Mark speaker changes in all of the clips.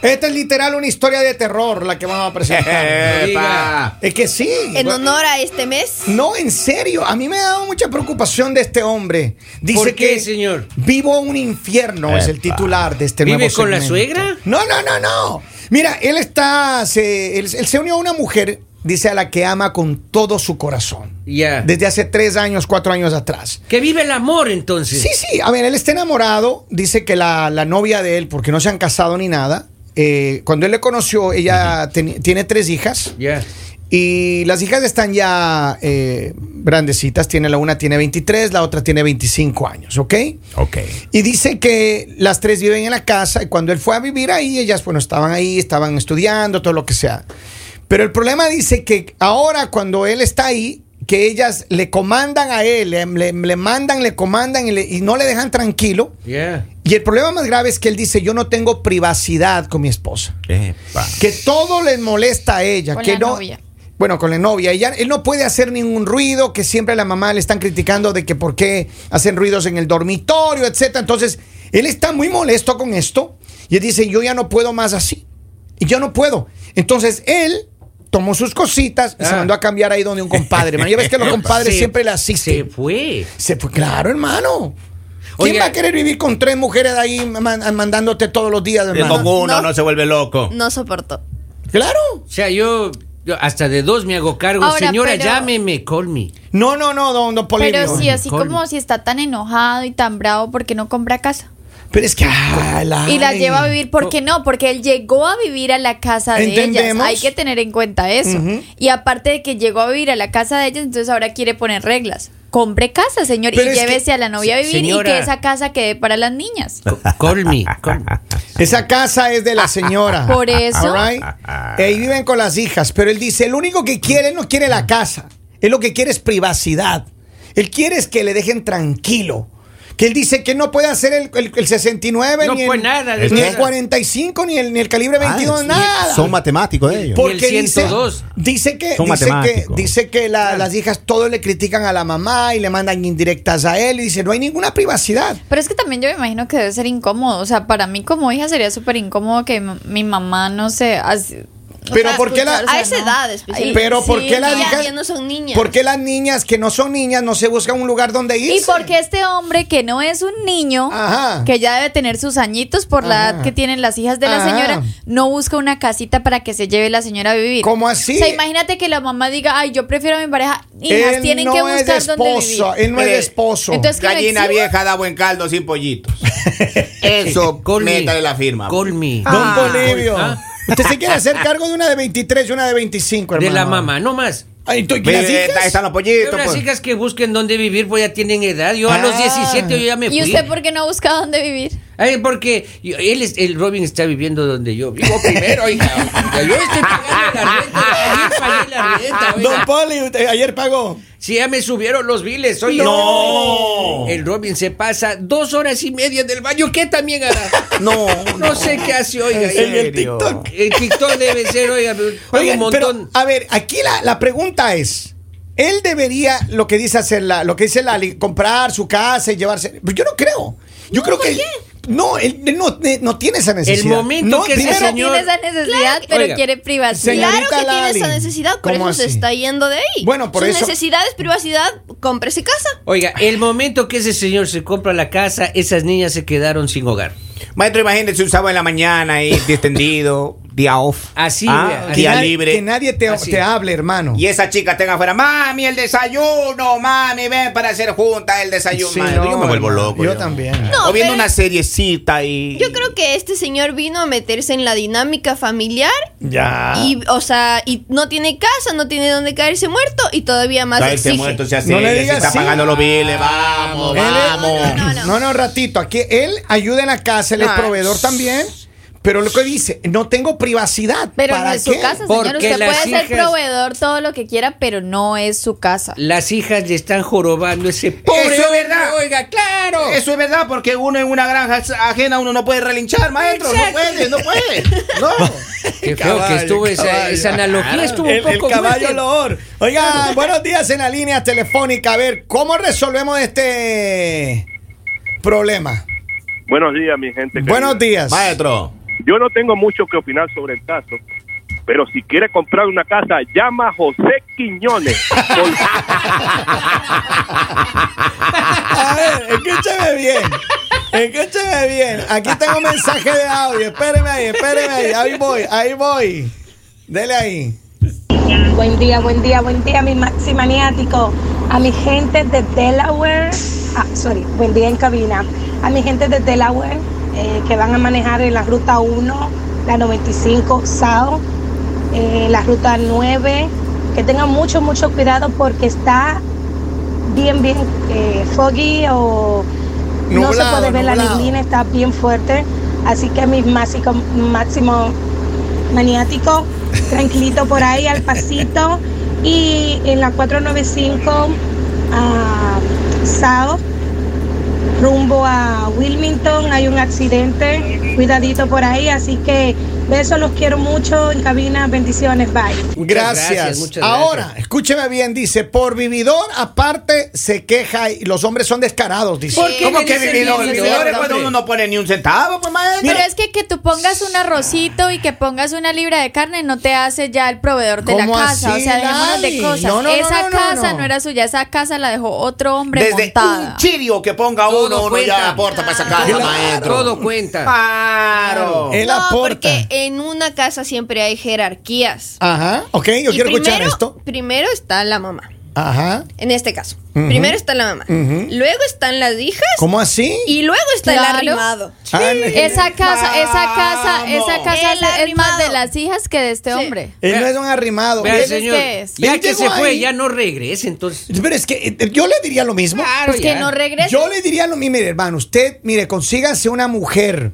Speaker 1: Esta es literal una historia de terror la que vamos a presentar.
Speaker 2: Epa.
Speaker 1: es que sí.
Speaker 3: En honor a este mes.
Speaker 1: No, en serio, a mí me ha dado mucha preocupación de este hombre. Dice
Speaker 2: ¿Por qué,
Speaker 1: que
Speaker 2: señor?
Speaker 1: vivo un infierno es el
Speaker 4: Epa.
Speaker 1: titular de este
Speaker 2: ¿Vive
Speaker 1: nuevo
Speaker 2: con la
Speaker 1: segmento.
Speaker 2: suegra?
Speaker 1: No, no, no, no. Mira, él está se- él, él se unió a una mujer dice a la que ama con todo su corazón.
Speaker 2: Ya.
Speaker 1: Desde hace tres años, cuatro años atrás.
Speaker 2: Que vive el amor entonces.
Speaker 1: Sí, sí. A ver, él está enamorado. Dice que la, la novia de él, porque no se han casado ni nada. eh, cuando él le conoció, ella teni- tiene tres hijas.
Speaker 2: Ya.
Speaker 1: Y las hijas están ya eh, grandecitas. Tiene la una tiene 23, la otra tiene 25 años, ¿ok?
Speaker 4: Ok.
Speaker 1: Y dice que las tres viven en la casa y cuando él fue a vivir ahí, ellas, bueno, estaban ahí, estaban estudiando, todo lo que sea. Pero el problema dice que ahora cuando él está ahí, que ellas le comandan a él, le, le- le mandan, le comandan y, le- y no le dejan tranquilo.
Speaker 2: Ya.
Speaker 1: Y el problema más grave es que él dice, yo no tengo privacidad con mi esposa.
Speaker 4: Epa.
Speaker 1: Que todo le molesta a ella.
Speaker 3: Con
Speaker 1: que
Speaker 3: la
Speaker 1: no,
Speaker 3: novia.
Speaker 1: Bueno, con la novia. Ella, él no puede hacer ningún ruido, que siempre a la mamá le están criticando de que por qué hacen ruidos en el dormitorio, etcétera. Entonces, él está muy molesto con esto. Y él dice, yo ya no puedo más así. Y yo no puedo. Entonces, él tomó sus cositas y se
Speaker 2: Ah.
Speaker 1: mandó a cambiar ahí donde un compadre. hermano. Ya ves que los compadres
Speaker 2: Se-
Speaker 1: siempre le
Speaker 2: Se
Speaker 1: asisten.
Speaker 2: fue.
Speaker 1: Se fue, claro, hermano. ¿Quién
Speaker 2: Oiga.
Speaker 1: va a querer vivir con tres mujeres de ahí man- mandándote todos los días,
Speaker 4: Eh, Con
Speaker 1: hermano?
Speaker 4: uno no,
Speaker 3: No.
Speaker 4: se vuelve loco.
Speaker 3: No soportó.
Speaker 1: Claro.
Speaker 2: O sea, yo, yo hasta de dos me hago cargo.
Speaker 5: Ahora,
Speaker 2: Señora,
Speaker 5: pero-
Speaker 2: llámeme, call me.
Speaker 1: No, no, no, don, don Polibio.
Speaker 5: Pero sí, así
Speaker 2: Colmo.
Speaker 5: como si está tan enojado y tan bravo, ¿por qué no compra casa?
Speaker 1: Pero es que. ah, la-
Speaker 5: Y la lleva a vivir, ¿por qué no? Porque él llegó a vivir a la casa de
Speaker 1: Entendemos.
Speaker 5: ellas. Hay que tener en cuenta eso.
Speaker 1: Ujú.
Speaker 5: Y aparte de que llegó a vivir a la casa de ellas, entonces ahora quiere poner reglas. Compre casa, señor,
Speaker 1: Pero
Speaker 5: y
Speaker 1: es que-
Speaker 5: llévese a la novia a
Speaker 2: Se-
Speaker 5: vivir y
Speaker 2: señora.
Speaker 5: que esa casa quede para las niñas.
Speaker 1: Ah.
Speaker 2: Co- Call me. call me.
Speaker 1: Esa casa es de la señora.
Speaker 5: Por eso.
Speaker 1: All right. Ahí viven con las hijas. Pero él dice: el único que quiere él no quiere la casa. Él lo que quiere es privacidad. Él quiere es que le dejen tranquilo. Que él dice que no puede hacer el, el- el 69,
Speaker 2: No
Speaker 1: ni,
Speaker 2: fue
Speaker 1: el,
Speaker 2: nada de
Speaker 1: ni el
Speaker 2: nada.
Speaker 1: 45, ni el, ni el calibre
Speaker 4: Ah,
Speaker 1: 22,
Speaker 4: sí,
Speaker 1: nada.
Speaker 4: Son matemáticos ellos.
Speaker 2: Por-
Speaker 1: Porque
Speaker 2: Ni el
Speaker 1: dice,
Speaker 2: 102.
Speaker 1: dice que,
Speaker 4: Son
Speaker 1: dice que,
Speaker 4: matemáticos.
Speaker 1: dice que la- las hijas todo le critican a la mamá y le mandan indirectas a él y dice, no hay ninguna privacidad.
Speaker 5: Pero es que también yo me imagino que debe ser incómodo. O sea, para mí como hija sería súper incómodo que m- mi mamá, no sé, así-
Speaker 1: Pero
Speaker 3: sea,
Speaker 1: ¿por qué la-
Speaker 3: escuchar, o sea,
Speaker 5: a esa
Speaker 3: no.
Speaker 5: edad,
Speaker 3: Ahí-
Speaker 5: especialmente.
Speaker 1: Pero ¿por
Speaker 5: Sí,
Speaker 1: qué las
Speaker 5: no.
Speaker 3: Ya,
Speaker 1: hijas?
Speaker 3: ya no son niñas.
Speaker 1: ¿Por qué las niñas que no son niñas no se buscan un lugar donde ir?
Speaker 5: Y porque este hombre que no es un niño,
Speaker 1: Ajá.
Speaker 5: que ya debe tener sus añitos por la
Speaker 1: Ajá.
Speaker 5: edad que tienen las hijas de la
Speaker 1: Ajá.
Speaker 5: señora, no busca una casita para que se lleve la señora a vivir.
Speaker 1: ¿Cómo así?
Speaker 5: O sea, imagínate que la mamá diga, ay, yo prefiero a mi pareja. Hijas
Speaker 1: Él
Speaker 5: tienen
Speaker 1: no
Speaker 5: que
Speaker 1: es
Speaker 5: buscar dónde vivir.
Speaker 1: esposo, él no es
Speaker 4: Eh,
Speaker 1: esposo.
Speaker 5: Entonces, que no
Speaker 4: Gallina
Speaker 5: exija.
Speaker 4: vieja da buen caldo sin pollitos. Eso,
Speaker 2: Call me.
Speaker 4: métale la firma.
Speaker 2: Call me.
Speaker 1: Don
Speaker 2: Ah.
Speaker 1: Bolivio,
Speaker 2: Ah,
Speaker 1: usted se quiere hacer cargo de una de 23 y una de 25,
Speaker 2: De
Speaker 1: hermano.
Speaker 2: la mamá, no más.
Speaker 1: Ay, ¿tú- y
Speaker 4: Ve,
Speaker 1: las
Speaker 4: ve,
Speaker 1: hijas?
Speaker 4: ahí están los
Speaker 2: Pero
Speaker 4: pollitos.
Speaker 2: las
Speaker 4: pues.
Speaker 2: hijas que busquen dónde vivir, pues ya tienen edad. Yo a los
Speaker 1: Ah.
Speaker 2: 17 yo ya me fui.
Speaker 5: ¿Y usted por qué no busca dónde vivir?
Speaker 2: Ay, porque yo- él es- el Robin está viviendo donde yo vivo primero, hija. Oiga, Yo estoy pagando la renta, ahí pagué la renta, oiga.
Speaker 1: Don Poli, usted- ayer pagó.
Speaker 2: Si ya me subieron los biles, oye.
Speaker 4: No.
Speaker 2: El Robin se pasa dos horas y media del baño, ¿qué también hará?
Speaker 4: No,
Speaker 2: No sé qué hace,
Speaker 1: En
Speaker 2: oiga.
Speaker 1: el
Speaker 4: serio?
Speaker 1: TikTok.
Speaker 2: El TikTok debe ser, oiga,
Speaker 1: Oigan,
Speaker 2: un montón.
Speaker 1: pero, a ver, aquí la, la pregunta es, él debería, lo que dice hacer la, lo que dice Lali, comprar su casa y llevarse. Pero yo no creo. Yo creo que no, él él no, eh, no tiene esa necesidad.
Speaker 2: momento
Speaker 1: No,
Speaker 2: que ese
Speaker 1: primero-
Speaker 5: Ella
Speaker 2: señor-
Speaker 5: tiene esa necesidad, pero
Speaker 2: Oiga.
Speaker 5: quiere privacidad.
Speaker 3: Claro que
Speaker 1: Señorita
Speaker 3: tiene esa
Speaker 1: Lali,
Speaker 3: necesidad, por eso
Speaker 1: ¿cómo
Speaker 3: se
Speaker 1: así?
Speaker 3: está yendo de ahí.
Speaker 1: Bueno, por
Speaker 3: Sus
Speaker 1: eso-
Speaker 3: necesidades, privacidad, cómprese casa.
Speaker 2: Oiga, el momento que ese señor se compra la casa, esas niñas se quedaron sin hogar.
Speaker 4: Maestro, imagínese un sábado en la mañana ahí, distendido, día off.
Speaker 2: Así,
Speaker 4: Ah,
Speaker 2: vea,
Speaker 4: día
Speaker 1: nadie-
Speaker 4: libre.
Speaker 1: Que nadie te,
Speaker 2: Así.
Speaker 1: te hable, hermano.
Speaker 4: Y esa chica tenga afuera, mami, el desayuno, mami, ven para hacer juntas el desayuno.
Speaker 1: Sí,
Speaker 4: Maestro,
Speaker 1: no,
Speaker 4: yo me vuelvo
Speaker 1: hermano,
Speaker 4: loco.
Speaker 1: Yo también.
Speaker 3: No,
Speaker 4: o viendo
Speaker 3: pero-
Speaker 4: una seriecita y.
Speaker 3: Yo creo que este señor vino a meterse en la dinámica familiar
Speaker 1: Ya.
Speaker 3: y, o sea, y no tiene casa, no tiene dónde caerse muerto y todavía más
Speaker 4: Está
Speaker 3: exige.
Speaker 4: muerto, se hace,
Speaker 1: No le
Speaker 4: se
Speaker 1: digas
Speaker 4: está
Speaker 1: sí.
Speaker 4: pagando los biles, vamos,
Speaker 1: Él es-
Speaker 4: vamos.
Speaker 3: No, no, no, no.
Speaker 1: No, no, ratito. Aquí él ayuda en la casa, él es
Speaker 4: Ah.
Speaker 1: proveedor también. Pero lo que dice, no tengo privacidad.
Speaker 5: Pero no
Speaker 1: ¿Para
Speaker 5: es su
Speaker 1: qué?
Speaker 5: casa,
Speaker 2: Porque
Speaker 5: señor. Usted puede
Speaker 2: las
Speaker 5: ser
Speaker 2: hijas-
Speaker 5: proveedor todo lo que quiera, pero no es su casa.
Speaker 2: Las hijas le están jorobando ese pobre.
Speaker 4: Eso es
Speaker 2: hombre,
Speaker 4: verdad.
Speaker 2: Oiga, claro.
Speaker 4: Eso es verdad, porque uno en una granja ajena, uno no puede relinchar, maestro.
Speaker 2: Exacto.
Speaker 4: No puede, no puede. No.
Speaker 2: Qué feo
Speaker 1: Caballo,
Speaker 2: que estuvo esa,
Speaker 1: caballo.
Speaker 2: esa analogía, estuvo
Speaker 1: El,
Speaker 2: un
Speaker 1: el
Speaker 2: poco
Speaker 1: caballo
Speaker 2: fuerte.
Speaker 1: loor. Oiga, buenos días en la línea telefónica. A ver, ¿cómo resolvemos este problema?
Speaker 6: Buenos días, mi gente. querida.
Speaker 1: Buenos días.
Speaker 4: Maestro.
Speaker 6: Yo no tengo mucho que opinar sobre el caso, pero si quiere comprar una casa, llama a José Quiñones.
Speaker 1: A ver, escúchame bien. Escúchame bien. Aquí tengo un mensaje de audio. Espéreme ahí, espéreme ahí. Ahí voy, ahí voy. Dele ahí.
Speaker 7: Buen día, buen día, buen día, mi maxi maniático. A mi gente de Delaware, ah, sorry, buen día en cabina. A mi gente de Delaware eh, que van a manejar en la ruta 1, la 95 South, eh, la ruta 9, que tengan mucho, mucho cuidado porque está bien, bien eh, foggy o no se
Speaker 1: Nublado,
Speaker 7: puede ver la
Speaker 1: nublado.
Speaker 7: neblina, está bien fuerte. Así que mi máximo, máximo maniático, tranquilito por ahí, al pasito. Y en la 495 a South, rumbo a Wilmington, hay un accidente. Cuidadito por ahí, así que besos, los quiero mucho. En cabina, bendiciones, bye.
Speaker 2: Muchas
Speaker 1: gracias.
Speaker 2: gracias, muchas
Speaker 1: Ahora,
Speaker 2: gracias.
Speaker 1: escúcheme bien, dice, por vividor aparte se queja y los hombres son descarados, dice.
Speaker 2: ¿Por qué
Speaker 4: ¿Cómo
Speaker 2: le
Speaker 4: que
Speaker 2: dicen
Speaker 4: vividor?
Speaker 2: vividor,
Speaker 4: Vividor es cuando
Speaker 2: hombre?
Speaker 4: uno no pone ni un centavo, pues maestro.
Speaker 5: Pero es que que tú pongas un arrocito y que pongas una libra de carne no te hace ya el proveedor de la
Speaker 1: ¿Cómo
Speaker 5: casa.
Speaker 1: así,
Speaker 5: o sea, dejémonos
Speaker 1: Lali?
Speaker 5: de cosas.
Speaker 1: No, no, no,
Speaker 5: esa
Speaker 1: no, no,
Speaker 5: casa
Speaker 1: no.
Speaker 5: no. era suya, esa casa la dejó otro hombre
Speaker 4: Desde
Speaker 5: montada.
Speaker 4: un chirio que ponga
Speaker 2: Todo
Speaker 4: uno, uno ya
Speaker 2: cuenta.
Speaker 4: aporta para esa casa,
Speaker 1: Claro.
Speaker 4: Ah, maestro. Ah,
Speaker 2: Todo cuenta.
Speaker 4: Claro.
Speaker 1: Él
Speaker 3: No,
Speaker 1: aporta.
Speaker 3: porque en una casa siempre hay jerarquías.
Speaker 1: Ajá, ok, yo
Speaker 3: Y
Speaker 1: quiero escuchar
Speaker 3: primero-
Speaker 1: esto.
Speaker 3: Primero está la mamá,
Speaker 1: Ajá.
Speaker 3: en este caso.
Speaker 1: Ujú.
Speaker 3: Primero está la mamá.
Speaker 1: Ujú.
Speaker 3: Luego están las hijas.
Speaker 1: ¿Cómo así?
Speaker 3: Y luego está
Speaker 5: Claro.
Speaker 3: el arrimado.
Speaker 1: Ah,
Speaker 5: Esa casa, esa casa, esa
Speaker 4: Vamos.
Speaker 5: casa
Speaker 3: El
Speaker 5: es- es más
Speaker 3: arrimado.
Speaker 5: de las hijas que de este
Speaker 3: Sí.
Speaker 5: hombre.
Speaker 1: Él no es un arrimado.
Speaker 2: Vea,
Speaker 1: Él es-
Speaker 5: se-
Speaker 2: señor,
Speaker 5: que es.
Speaker 1: Él
Speaker 2: ya que se
Speaker 1: llegó
Speaker 2: fue,
Speaker 1: ahí.
Speaker 2: ya no regrese, entonces.
Speaker 1: Pero es que eh, yo le diría lo mismo.
Speaker 2: Claro,
Speaker 5: Pues que
Speaker 2: ya.
Speaker 5: no regrese.
Speaker 1: Yo le diría lo mismo, mire, hermano, usted, mire, consígase una mujer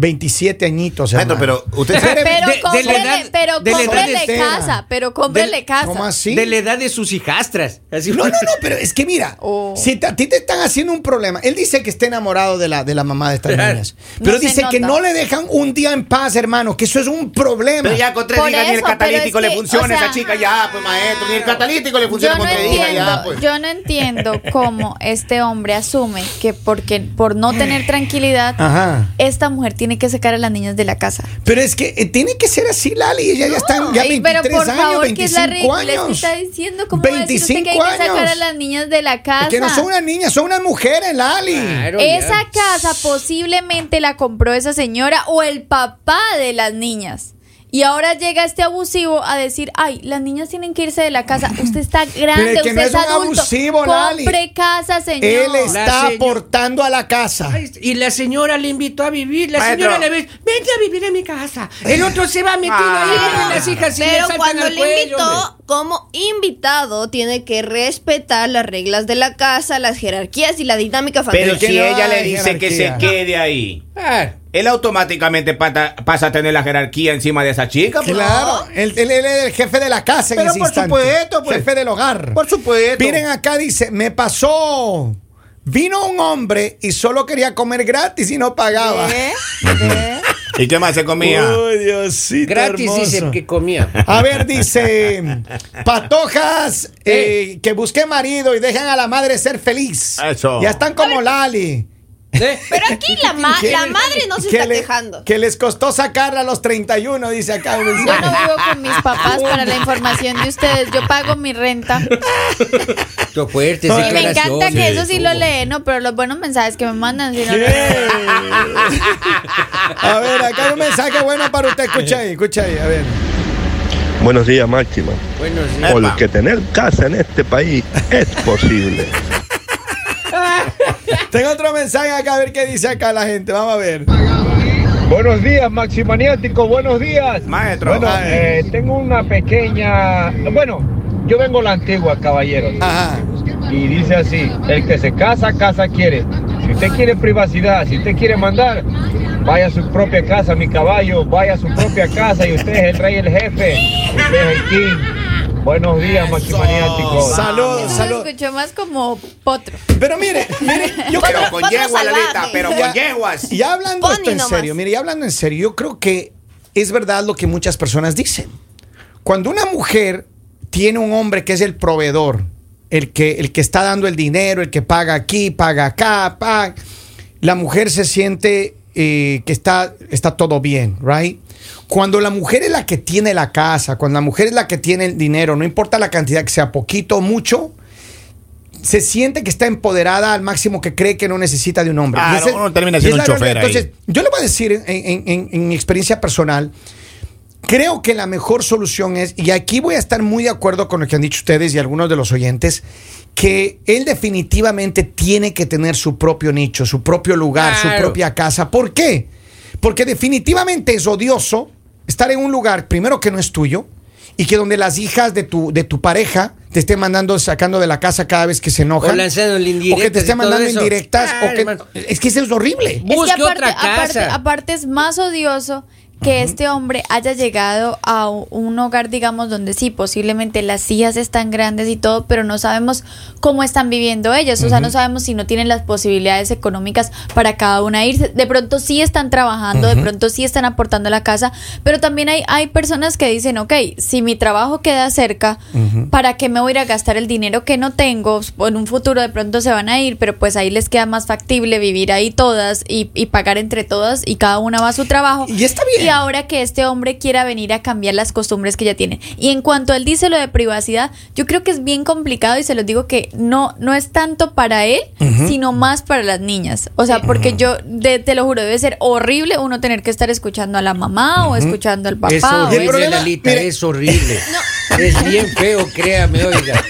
Speaker 1: 27 añitos, hermano.
Speaker 8: Maestro, pero usted sabe-
Speaker 5: Pero
Speaker 2: de- de la
Speaker 5: cómprele,
Speaker 2: edad-
Speaker 5: pero
Speaker 2: de la edad
Speaker 5: cómprele
Speaker 1: de-
Speaker 5: casa, pero cómprele
Speaker 1: Del-
Speaker 5: casa.
Speaker 1: ¿Cómo así?
Speaker 2: De la edad de sus hijastras. Así
Speaker 1: No, no, no, pero es que mira,
Speaker 5: Oh.
Speaker 1: si te- a ti te están haciendo un problema, él dice que está enamorado de la, de la mamá de estas
Speaker 2: Claro.
Speaker 1: niñas, pero
Speaker 5: No se
Speaker 1: dice que
Speaker 5: nota.
Speaker 1: no le dejan un día en paz, hermano, que eso es un problema.
Speaker 4: Pero ya con tres
Speaker 5: Por
Speaker 4: días ni el
Speaker 5: eso, pero
Speaker 4: catalítico
Speaker 5: es
Speaker 4: le
Speaker 5: que,
Speaker 4: funciona
Speaker 5: o
Speaker 4: a esa
Speaker 5: sea,
Speaker 4: chica ya, pues maestro. Ni el catalítico le
Speaker 5: Yo
Speaker 4: funciona
Speaker 5: no,
Speaker 4: con tres días ya,
Speaker 5: entiendo,
Speaker 4: pues.
Speaker 5: yo no entiendo cómo este hombre asume que porque por no tener tranquilidad,
Speaker 1: Ajá.
Speaker 5: esta mujer tiene que sacar a las niñas de la casa.
Speaker 1: Pero es que eh, tiene que ser así, Lali, ella ya está en- ya
Speaker 5: Ay,
Speaker 1: 23
Speaker 5: pero por
Speaker 1: años,
Speaker 5: favor, que es
Speaker 1: 25
Speaker 5: la ridícula que
Speaker 1: años.
Speaker 5: está diciendo cómo va a decir usted que hay
Speaker 1: 25
Speaker 5: que sacar
Speaker 1: años.
Speaker 5: a las niñas de la casa.
Speaker 1: Que no son unas niñas, son unas mujeres, Lali.
Speaker 2: Claro, ya.
Speaker 5: Esa casa posiblemente la compró esa señora o el papá de las niñas. Y ahora llega este abusivo a decir, ay, las niñas tienen que irse de la casa. Usted está grande,
Speaker 1: Pero es que
Speaker 5: usted
Speaker 1: no es
Speaker 5: es,
Speaker 1: un
Speaker 5: adulto.
Speaker 1: abusivo, Lali.
Speaker 5: Compre casa, señor.
Speaker 1: Él está
Speaker 2: La seño-
Speaker 1: aportando a la casa.
Speaker 2: Ay, Y la señora le invitó a vivir. La
Speaker 4: Maestro.
Speaker 2: señora le ve, vente a vivir a mi casa. El otro se va metido ahí
Speaker 4: Ah.
Speaker 2: con las hijas y le
Speaker 3: Pero
Speaker 2: saltan
Speaker 3: cuando
Speaker 2: al
Speaker 3: le
Speaker 2: cuello,
Speaker 3: invitó, como invitado, tiene que respetar las reglas de la casa, las jerarquías y la dinámica
Speaker 4: Pero
Speaker 1: que
Speaker 4: si
Speaker 3: familiar.
Speaker 1: no
Speaker 4: ella le
Speaker 1: hay
Speaker 4: dice que se
Speaker 1: jerarquía.
Speaker 4: quede ahí,
Speaker 2: hombre. Ah,
Speaker 4: él automáticamente pata- pasa a tener la jerarquía encima de esa chica. pues.
Speaker 1: Claro, él, él- él es el jefe de la casa en
Speaker 4: Pero
Speaker 1: ese
Speaker 4: por
Speaker 1: instante.
Speaker 4: supuesto, pues.
Speaker 1: Jefe del hogar.
Speaker 4: Por supuesto.
Speaker 1: Miren acá, dice, me pasó. Vino un hombre y solo quería comer gratis y no pagaba.
Speaker 5: ¿Eh? ¿Eh?
Speaker 4: ¿Y qué más se comía?
Speaker 1: Uy, Diosito
Speaker 2: gratis
Speaker 1: hermoso.
Speaker 2: dice que comía.
Speaker 1: A ver, dice, patojas eh, que busqué marido y dejan a la madre ser feliz.
Speaker 8: Eso.
Speaker 1: Ya están como Lali.
Speaker 2: ¿Eh?
Speaker 3: Pero aquí la, ma- la madre no se
Speaker 1: que
Speaker 3: está
Speaker 1: le-
Speaker 3: quejando.
Speaker 1: Que les costó sacarla a los 31, dice acá. un mensaje.
Speaker 5: Yo no vivo con mis papás para la información de ustedes. Yo pago mi renta.
Speaker 2: Tú fuertes
Speaker 5: Y me encanta que
Speaker 2: declaraciones.
Speaker 5: eso sí lo leen, ¿no? Pero los buenos mensajes que me mandan, si no, no-
Speaker 1: ¿Qué? A ver, acá hay un mensaje bueno para usted. Escucha ahí, escucha ahí. A ver.
Speaker 9: Buenos días, Máxima.
Speaker 2: Bueno, sí.
Speaker 9: Porque tener casa en este país es posible.
Speaker 1: Tengo otro mensaje acá, a ver qué dice acá la gente. Vamos a ver.
Speaker 10: Buenos días, Maximaniático, buenos días.
Speaker 4: Maestro. ah,
Speaker 10: Bueno,
Speaker 1: A ver.
Speaker 10: eh, tengo una pequeña... Bueno, yo vengo la antigua, caballeros.
Speaker 1: Ajá.
Speaker 10: Y dice así, el que se casa, casa quiere. Si usted quiere privacidad, si usted quiere mandar, vaya a su propia casa, mi caballo, vaya a su propia casa y usted es el rey, el jefe. Usted es el king. Buenos días, Maximaniático.
Speaker 1: Saludos,
Speaker 5: Eso lo
Speaker 1: saludos.
Speaker 5: escuchó más como potro.
Speaker 1: Pero mire, mire, yo creo.
Speaker 4: Pero con
Speaker 3: Otro
Speaker 4: yegua,
Speaker 3: salvaje.
Speaker 4: Lalita, pero
Speaker 1: Ya.
Speaker 4: con yeguas.
Speaker 1: Ya hablando
Speaker 3: Pony
Speaker 1: esto en
Speaker 3: nomás.
Speaker 1: serio, mire, ya hablando en serio, yo creo que es verdad lo que muchas personas dicen. Cuando una mujer tiene un hombre que es el proveedor, el que, el que está dando el dinero, el que paga aquí, paga acá, paga, la mujer se siente eh, que está, está todo bien, ¿right? Cuando la mujer es la que tiene la casa, cuando la mujer es la que tiene el dinero, no importa la cantidad que sea, poquito o mucho, se siente que está empoderada al máximo que cree que no necesita de un hombre.
Speaker 8: Ah,
Speaker 1: Y ese-
Speaker 8: no, uno termina
Speaker 1: y
Speaker 8: siendo
Speaker 1: es
Speaker 8: un
Speaker 1: la realidad.
Speaker 8: chofer ahí.
Speaker 1: Entonces, yo le voy a decir en, en- en- en mi experiencia personal, creo que la mejor solución es, y aquí voy a estar muy de acuerdo con lo que han dicho ustedes y algunos de los oyentes, que él definitivamente tiene que tener su propio nicho, su propio lugar, su
Speaker 2: Claro.
Speaker 1: propia casa. ¿Por qué? Porque definitivamente es odioso estar en un lugar, primero que no es tuyo, y que donde las hijas de tu, de tu pareja te estén mandando, sacando de la casa cada vez que se enojan.
Speaker 2: O lanzándole indirectas
Speaker 1: O que te
Speaker 2: y
Speaker 1: estén
Speaker 2: todo
Speaker 1: mandando
Speaker 2: eso.
Speaker 1: indirectas.
Speaker 2: Claro,
Speaker 1: o que-
Speaker 2: hermano.
Speaker 1: es que eso es horrible.
Speaker 5: Es que
Speaker 2: Busque otra
Speaker 5: aparte,
Speaker 2: casa.
Speaker 5: aparte es más odioso que este hombre haya llegado a u- un hogar, digamos, donde sí, posiblemente las hijas están grandes y todo, pero no sabemos cómo están viviendo ellas. O sea, no sabemos si no tienen las posibilidades económicas para cada una irse. De pronto sí están trabajando, de pronto sí están aportando a la casa, pero también hay, hay personas que dicen, ok, si mi trabajo queda cerca, ¿para qué me voy a ir a gastar el dinero que no tengo? O En un futuro de pronto se van a ir, pero pues ahí les queda más factible vivir ahí todas y, y pagar entre todas y cada una va a su trabajo.
Speaker 1: Y está bien.
Speaker 5: Y ahora que este hombre quiera venir a cambiar las costumbres que ya tiene. Y en cuanto él dice lo de privacidad, yo creo que es bien complicado y se los digo que no, no es tanto para él, sino más para las niñas. O sea, porque yo, de- te lo juro, debe ser horrible uno tener que estar escuchando a la mamá o escuchando al papá.
Speaker 2: Es
Speaker 5: o
Speaker 1: horrible,
Speaker 5: eso.
Speaker 2: horrible,
Speaker 1: problema-
Speaker 2: Lalita,
Speaker 1: mire-
Speaker 2: es horrible. Es bien feo, créame, oiga.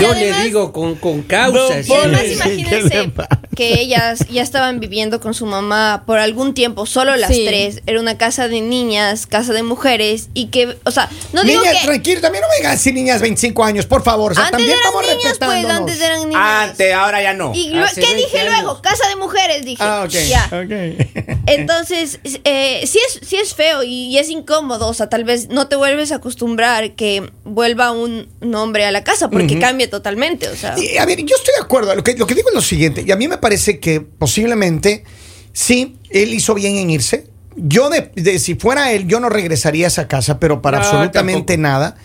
Speaker 2: Yo le digo con, con causas.
Speaker 3: Y además
Speaker 8: Sí, ¿qué le
Speaker 3: imagínense
Speaker 8: pasa?
Speaker 3: que ellas ya estaban viviendo con su mamá por algún tiempo, solo las
Speaker 5: Sí.
Speaker 3: tres. Era una casa de niñas, casa de mujeres y que, o sea, no digo
Speaker 1: niñas,
Speaker 3: que
Speaker 1: tranquilo, también no me digan si niñas 25 años, por favor. O sea,
Speaker 3: antes
Speaker 1: también vamos Ah,
Speaker 3: eran niñas, pues
Speaker 1: respetándonos.
Speaker 3: antes eran niñas.
Speaker 4: Antes, ahora ya no.
Speaker 3: Y lo-
Speaker 2: Hace
Speaker 3: ¿Qué
Speaker 2: 20
Speaker 3: dije
Speaker 2: años.
Speaker 3: luego? Casa de mujeres, dije.
Speaker 1: Ah, ok.
Speaker 3: Ya.
Speaker 1: ok.
Speaker 3: Entonces, eh, sí, es, sí es feo y, y es incómodo. O sea, tal vez no te vuelves a acostumbrar que vuelva un, un hombre a la casa porque cambia totalmente. O sea,
Speaker 1: Y, a ver, yo estoy de acuerdo. Lo que, lo que digo es lo siguiente. Y a mí me parece que posiblemente, sí, él hizo bien en irse. Yo, de, de- si fuera él, yo no regresaría a esa casa, pero para
Speaker 2: No,
Speaker 1: absolutamente
Speaker 2: tampoco.
Speaker 1: nada.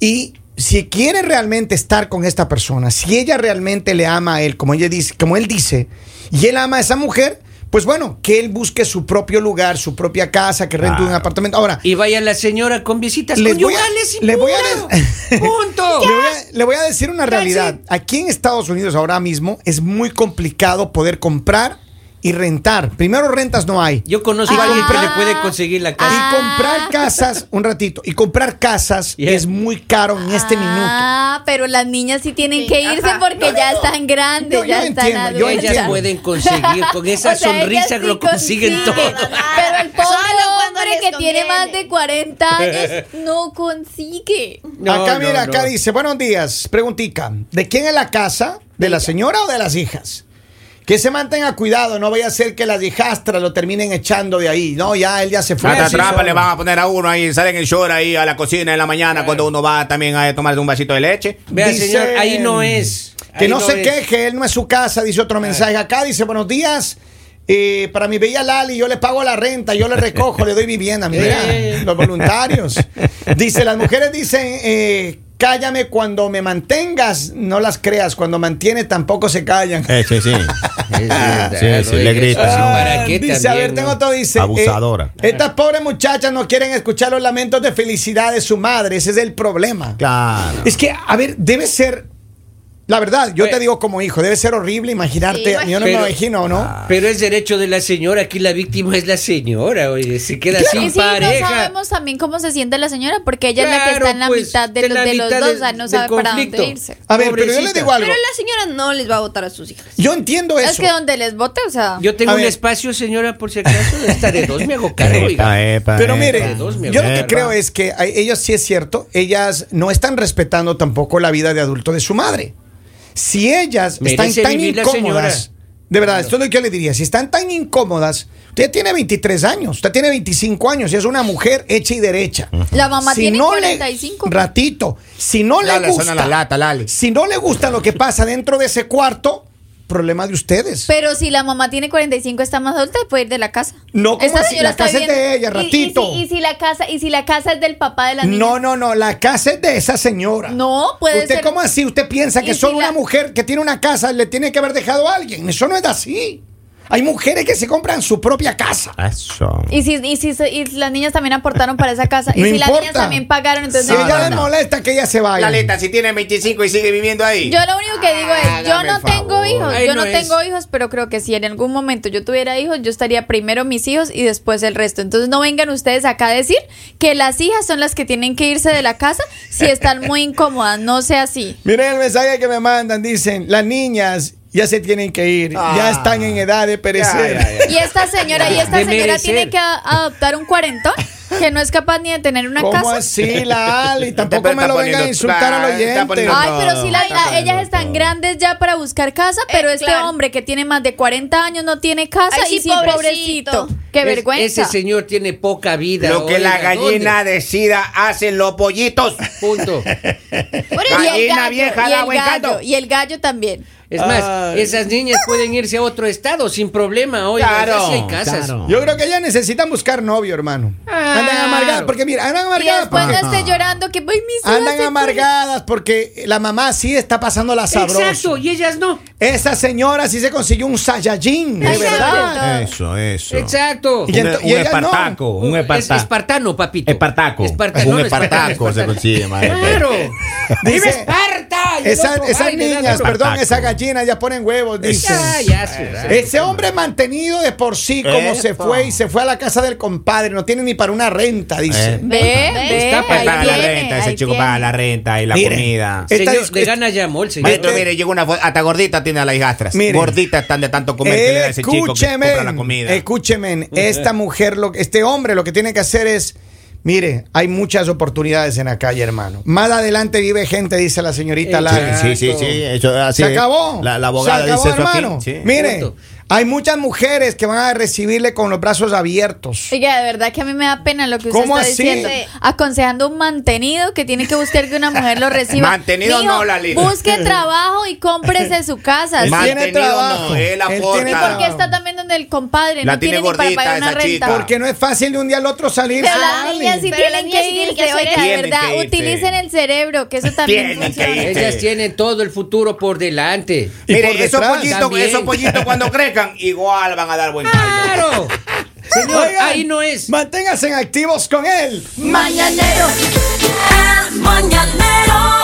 Speaker 1: Y si quiere realmente estar con esta persona, si ella realmente le ama a él, como, ella dice, como él dice, y él ama a esa mujer, pues bueno, que él busque su propio lugar, su propia casa, que rente un
Speaker 8: Claro.
Speaker 1: apartamento. Ahora,
Speaker 2: Y vaya la señora con visitas
Speaker 1: Les voy a-
Speaker 2: conyugales y
Speaker 1: les voy a
Speaker 2: punto.
Speaker 1: des-
Speaker 2: Punto.
Speaker 1: Le voy, a, le voy a decir una realidad. Aquí en Estados Unidos ahora mismo es muy complicado poder comprar y rentar. Primero rentas no hay.
Speaker 2: Yo conozco
Speaker 1: Y
Speaker 2: a alguien que le
Speaker 5: ah.
Speaker 1: comprar-
Speaker 2: puede conseguir la casa.
Speaker 1: Y comprar casas, un ratito, y comprar casas
Speaker 2: Yeah.
Speaker 1: es muy caro en este minuto.
Speaker 5: Ah, pero las niñas sí tienen que irse
Speaker 3: Ajá.
Speaker 5: porque ya están grandes,
Speaker 1: Yo- yo
Speaker 5: ya están
Speaker 1: entiendo, yo
Speaker 5: adultas.
Speaker 2: Ellas pueden conseguir, con esa
Speaker 5: O sea, ellas
Speaker 2: sonrisa
Speaker 5: sí
Speaker 2: lo consiguen todo.
Speaker 5: consiguen, Pero el pobre
Speaker 3: Solo cuando
Speaker 5: hombre
Speaker 3: les
Speaker 5: que tiene
Speaker 3: conviene.
Speaker 5: más de 40 años no consigue.
Speaker 2: No,
Speaker 1: acá,
Speaker 2: no,
Speaker 1: mira,
Speaker 2: no.
Speaker 1: acá dice, buenos días, preguntica, ¿de quién es la casa? ¿De la señora o de las hijas? Que se mantenga cuidado, no vaya a ser que las hijastras lo terminen echando de ahí. No, ya él ya se fue.
Speaker 4: Hasta
Speaker 1: Así
Speaker 4: trampa
Speaker 1: son.
Speaker 4: Ah, le van a poner a uno ahí, salen en short ahí a la cocina en la mañana cuando uno va también a tomar un vasito de leche.
Speaker 2: Vea,
Speaker 1: Dice-
Speaker 2: señor, ahí no es.
Speaker 1: Que
Speaker 2: Ahí
Speaker 1: no, se
Speaker 2: es. Ah.
Speaker 1: queje, él no es su casa, dice otro mensaje acá, dice buenos días. eh, para mi bella Lali, yo le pago la renta, yo le recojo, le doy vivienda. Mira,
Speaker 2: Eh.
Speaker 1: los voluntarios. Dice, las mujeres dicen, eh, cállame cuando me mantengas, no las creas, cuando mantiene tampoco se callan.
Speaker 2: Ah,
Speaker 8: Eh, sí, sí.
Speaker 2: Es verdad,
Speaker 8: Sí, sí, le
Speaker 2: oiga,
Speaker 8: gritan.
Speaker 2: eso pues, ¿Para qué
Speaker 1: dice, a
Speaker 2: también,
Speaker 1: ver, tengo
Speaker 2: no?
Speaker 1: todo, dice. eh,
Speaker 8: Abusadora.
Speaker 1: estas pobres muchachas no quieren escuchar los lamentos de felicidad de su madre, ese es el problema.
Speaker 8: Claro.
Speaker 1: Es que, a ver, debe ser. La verdad, yo
Speaker 2: Oye.
Speaker 1: te digo como hijo, debe ser horrible imaginarte.
Speaker 3: Sí,
Speaker 1: yo no me
Speaker 2: pero-
Speaker 1: imagino, ¿no?
Speaker 5: Ah.
Speaker 2: Pero es derecho de la señora, aquí la víctima es la señora, oye, se queda
Speaker 5: Y
Speaker 2: sin
Speaker 5: sí, no
Speaker 2: pareja.
Speaker 5: sabemos también cómo se siente la señora porque ella es la que
Speaker 2: Claro,
Speaker 5: está en la
Speaker 2: pues,
Speaker 5: mitad de,
Speaker 2: de
Speaker 5: los,
Speaker 2: la
Speaker 5: de los
Speaker 2: mitad
Speaker 5: dos,
Speaker 2: del-
Speaker 5: o sea, no
Speaker 2: del
Speaker 5: sabe para dónde
Speaker 2: conflicto.
Speaker 5: irse.
Speaker 1: A ver, pero yo le
Speaker 2: pobrecita.
Speaker 1: digo algo.
Speaker 3: pero la señora no les va a votar a sus hijas.
Speaker 1: Yo entiendo
Speaker 5: Es
Speaker 1: eso.
Speaker 5: que donde les bote, o sea.
Speaker 2: Yo tengo
Speaker 1: A
Speaker 2: un
Speaker 1: ver.
Speaker 2: espacio, señora, por si acaso, de esta de dos me hago cargo,
Speaker 8: Epa,
Speaker 2: oiga.
Speaker 8: epa,
Speaker 1: Pero
Speaker 8: epa.
Speaker 1: mire,
Speaker 2: dos, mi
Speaker 1: yo lo
Speaker 2: hermano.
Speaker 1: que creo es que a ellas sí es cierto, ellas no están respetando tampoco la vida de adulto de su madre. Si ellas
Speaker 2: Merece
Speaker 1: están tan
Speaker 2: vivir la
Speaker 1: incómodas,
Speaker 2: señora.
Speaker 1: de verdad, esto es lo que yo le diría, si están tan incómodas, usted tiene 23 años, usted tiene 25 años y es una mujer hecha y derecha.
Speaker 5: La mamá
Speaker 1: Si
Speaker 5: tiene
Speaker 1: no le-
Speaker 5: 45.
Speaker 1: ratito, si no le
Speaker 4: Lala,
Speaker 1: gusta,
Speaker 4: suena la lata, Lali.
Speaker 1: Pues, si no le gusta lo que pasa dentro de ese cuarto, problema de ustedes.
Speaker 5: Pero si la mamá tiene 45 está más adulta, puede ir de la casa.
Speaker 1: No, ¿cómo
Speaker 5: Esta
Speaker 1: así?
Speaker 5: señora
Speaker 1: La
Speaker 5: está
Speaker 1: casa es de
Speaker 5: viviendo-
Speaker 1: ella,
Speaker 5: Y-
Speaker 1: ratito.
Speaker 5: Y, si, y si la casa, y si la casa es del papá de la niña.
Speaker 1: No, no, no, la casa es de esa señora.
Speaker 5: No, puede
Speaker 1: ¿Usted
Speaker 5: ser-
Speaker 1: cómo así? ¿Usted piensa que
Speaker 5: ¿Y
Speaker 1: solo
Speaker 5: si
Speaker 1: una
Speaker 5: la-
Speaker 1: mujer que tiene una casa le tiene que haber dejado a alguien? Eso no es así. Hay mujeres que se compran su propia casa.
Speaker 4: Eso.
Speaker 5: Y si, y si se- y las niñas también aportaron para esa casa. Y
Speaker 1: No
Speaker 5: si las niñas
Speaker 1: importa.
Speaker 5: también pagaron, entonces
Speaker 1: Si
Speaker 5: no
Speaker 1: ella
Speaker 5: importa.
Speaker 1: le molesta que ella se vaya.
Speaker 4: Lalita, si tiene 25 y sigue viviendo ahí.
Speaker 5: Yo lo único que digo es, yo
Speaker 4: Hágame
Speaker 5: no
Speaker 4: el
Speaker 5: tengo
Speaker 4: favor.
Speaker 5: hijos,
Speaker 2: Ahí
Speaker 5: yo
Speaker 2: no
Speaker 5: no,
Speaker 2: es.
Speaker 5: tengo hijos, pero creo que si en algún momento yo tuviera hijos, yo estaría primero mis hijos y después el resto. Entonces no vengan ustedes acá a decir que las hijas son las que tienen que irse de la casa si están muy incómodas, no sea así.
Speaker 1: Miren el mensaje que me mandan. Dicen, las niñas ya se tienen que ir. Ya
Speaker 4: Ah.
Speaker 1: están en edad de perecer.
Speaker 4: Ya, ya, ya.
Speaker 5: Y esta señora, y esta
Speaker 2: De
Speaker 5: señora
Speaker 2: merecer.
Speaker 5: tiene que a- adoptar un cuarentón que no es capaz ni de tener una
Speaker 1: ¿Cómo
Speaker 5: casa.
Speaker 1: así, la Ali?
Speaker 4: Pero
Speaker 1: Tampoco
Speaker 4: está
Speaker 1: me lo vengan
Speaker 4: poniendo-
Speaker 1: a insultar al
Speaker 4: está- está
Speaker 1: oyente.
Speaker 4: poniendo-
Speaker 5: Ay, pero
Speaker 4: No,
Speaker 5: si la,
Speaker 4: está
Speaker 5: la-
Speaker 4: tan
Speaker 5: ellas
Speaker 4: loco.
Speaker 5: están grandes ya para buscar casa, pero este
Speaker 3: claro.
Speaker 5: hombre que tiene más de 40 años no tiene casa
Speaker 3: Ay,
Speaker 5: y
Speaker 3: sí,
Speaker 5: sí, pobrecito.
Speaker 3: pobrecito.
Speaker 5: Qué
Speaker 2: Es-
Speaker 5: vergüenza.
Speaker 2: Ese señor tiene poca vida.
Speaker 4: Lo que la
Speaker 2: oiga,
Speaker 4: gallina
Speaker 2: ¿dónde?
Speaker 4: decida hacen los pollitos.
Speaker 2: Punto.
Speaker 5: Por eso-
Speaker 4: Gallina
Speaker 5: y el gallo,
Speaker 4: vieja
Speaker 5: y
Speaker 4: da
Speaker 5: el
Speaker 4: buen
Speaker 5: gallo,
Speaker 4: caldo.
Speaker 5: y el gallo también.
Speaker 2: Es más, esas niñas pueden irse a otro estado sin problema. Oiga,
Speaker 4: Claro,
Speaker 2: ya sí hay casas.
Speaker 4: claro.
Speaker 1: Yo creo que ellas necesitan buscar novio, hermano.
Speaker 2: Ah.
Speaker 1: Andan amargadas, porque mira, andan
Speaker 5: Y
Speaker 1: amargadas.
Speaker 5: después no
Speaker 1: porque-
Speaker 2: este,
Speaker 5: esté llorando que voy mis hijas
Speaker 1: pues. Andan
Speaker 5: se
Speaker 1: amargadas porque la mamá sí está pasando la sabrosa.
Speaker 2: Exacto, y ellas no.
Speaker 1: Esa señora sí se consiguió un Saiyajin, de
Speaker 5: Ay,
Speaker 1: verdad.
Speaker 5: Ah.
Speaker 4: Eso, eso.
Speaker 2: Exacto.
Speaker 1: Y ya- ento-
Speaker 4: un,
Speaker 1: ella no.
Speaker 4: espartaco, un
Speaker 2: Es-
Speaker 4: espartaco.
Speaker 2: espartano, papito.
Speaker 4: Espartaco.
Speaker 2: Espartano,
Speaker 4: Un
Speaker 2: no,
Speaker 4: espartaco se consigue, maestro.
Speaker 2: Claro.
Speaker 1: Dice-
Speaker 2: ¡Viva Esparta! Y el
Speaker 1: Esa-
Speaker 2: otro,
Speaker 1: esas
Speaker 2: ay, me da
Speaker 1: niñas,
Speaker 2: duro.
Speaker 1: perdón,
Speaker 4: Espartaco.
Speaker 1: esas gallinas ya ponen huevos, dice.
Speaker 2: Ya, ya, sí,
Speaker 4: Eh,
Speaker 2: ya.
Speaker 1: Ese hombre mantenido de por sí, como se
Speaker 4: Epa.
Speaker 1: fue y se fue a la casa del compadre, no tiene ni para una renta, dice.
Speaker 4: Eh,
Speaker 5: este Ve, ve,
Speaker 2: Está
Speaker 4: pues
Speaker 5: ahí
Speaker 4: paga la
Speaker 5: viene,
Speaker 4: renta, ese
Speaker 5: ahí
Speaker 4: chico
Speaker 5: viene.
Speaker 4: paga la renta y la
Speaker 1: Mire,
Speaker 4: comida.
Speaker 1: esta
Speaker 2: Señor,
Speaker 1: discu-
Speaker 2: le gana llamó el señor.
Speaker 1: este-
Speaker 4: Maestro, mire, llegó una foto, hasta gordita tiene a las hijastras.
Speaker 1: Mire.
Speaker 4: Gordita están de tanto comer que le da ese chico que
Speaker 1: Escúcheme,
Speaker 4: compra la comida.
Speaker 1: escúcheme, esta mujer, lo, que- este hombre lo que tiene que hacer es, mire, hay muchas oportunidades en la calle, hermano. Más adelante vive gente, dice la señorita
Speaker 2: Exacto.
Speaker 1: Lara.
Speaker 4: Sí, sí, sí. eso así
Speaker 1: Se
Speaker 4: es.
Speaker 1: acabó.
Speaker 4: La, la abogada
Speaker 1: Se acabó,
Speaker 4: dice eso aquí.
Speaker 1: hermano.
Speaker 4: Sí.
Speaker 1: Mire,
Speaker 2: Punto.
Speaker 1: hay muchas mujeres que van a recibirle con los brazos abiertos.
Speaker 5: Oiga, de verdad que a mí me da pena lo que usted
Speaker 1: ¿Cómo
Speaker 5: está
Speaker 1: así?
Speaker 5: diciendo. Aconsejando un mantenido que tiene que buscar que una mujer lo reciba.
Speaker 4: Mantenido
Speaker 5: Mijo,
Speaker 4: no, Lalita.
Speaker 5: Busque trabajo y cómprese su casa.
Speaker 1: Él
Speaker 5: ¿sí?
Speaker 1: tiene
Speaker 4: Mantenido
Speaker 1: trabajo.
Speaker 4: no, él
Speaker 1: Él
Speaker 4: aporta.
Speaker 1: tiene
Speaker 5: ¿Y por
Speaker 1: trabajo.
Speaker 5: qué está también donde el compadre?
Speaker 4: La
Speaker 5: no
Speaker 4: tiene
Speaker 5: tiene ni para
Speaker 4: gordita
Speaker 5: pagar una
Speaker 4: esa
Speaker 5: renta.
Speaker 4: chica.
Speaker 1: Porque no es fácil de un día al otro salir.
Speaker 5: Pero las niñas sí
Speaker 3: Pero las
Speaker 5: tienen
Speaker 3: niñas
Speaker 5: que
Speaker 3: sí tienen que
Speaker 5: irse,
Speaker 3: hacer
Speaker 5: oiga, de
Speaker 4: eso. Tienen
Speaker 5: verdad,
Speaker 4: que irse.
Speaker 5: utilicen el cerebro, que eso también
Speaker 4: Tienen que
Speaker 5: funciona.
Speaker 4: irse.
Speaker 2: Ellas tienen todo el futuro por delante.
Speaker 1: Y
Speaker 4: Mire,
Speaker 1: por
Speaker 4: esos
Speaker 1: detrás
Speaker 4: pollitos,
Speaker 2: también.
Speaker 4: esos pollitos cuando crezcan, igual van a dar buen caldo.
Speaker 2: ¡Claro! Señor,
Speaker 1: Oigan,
Speaker 2: ahí no es.
Speaker 1: Manténganse activos con él.
Speaker 8: Mañanero. El mañanero.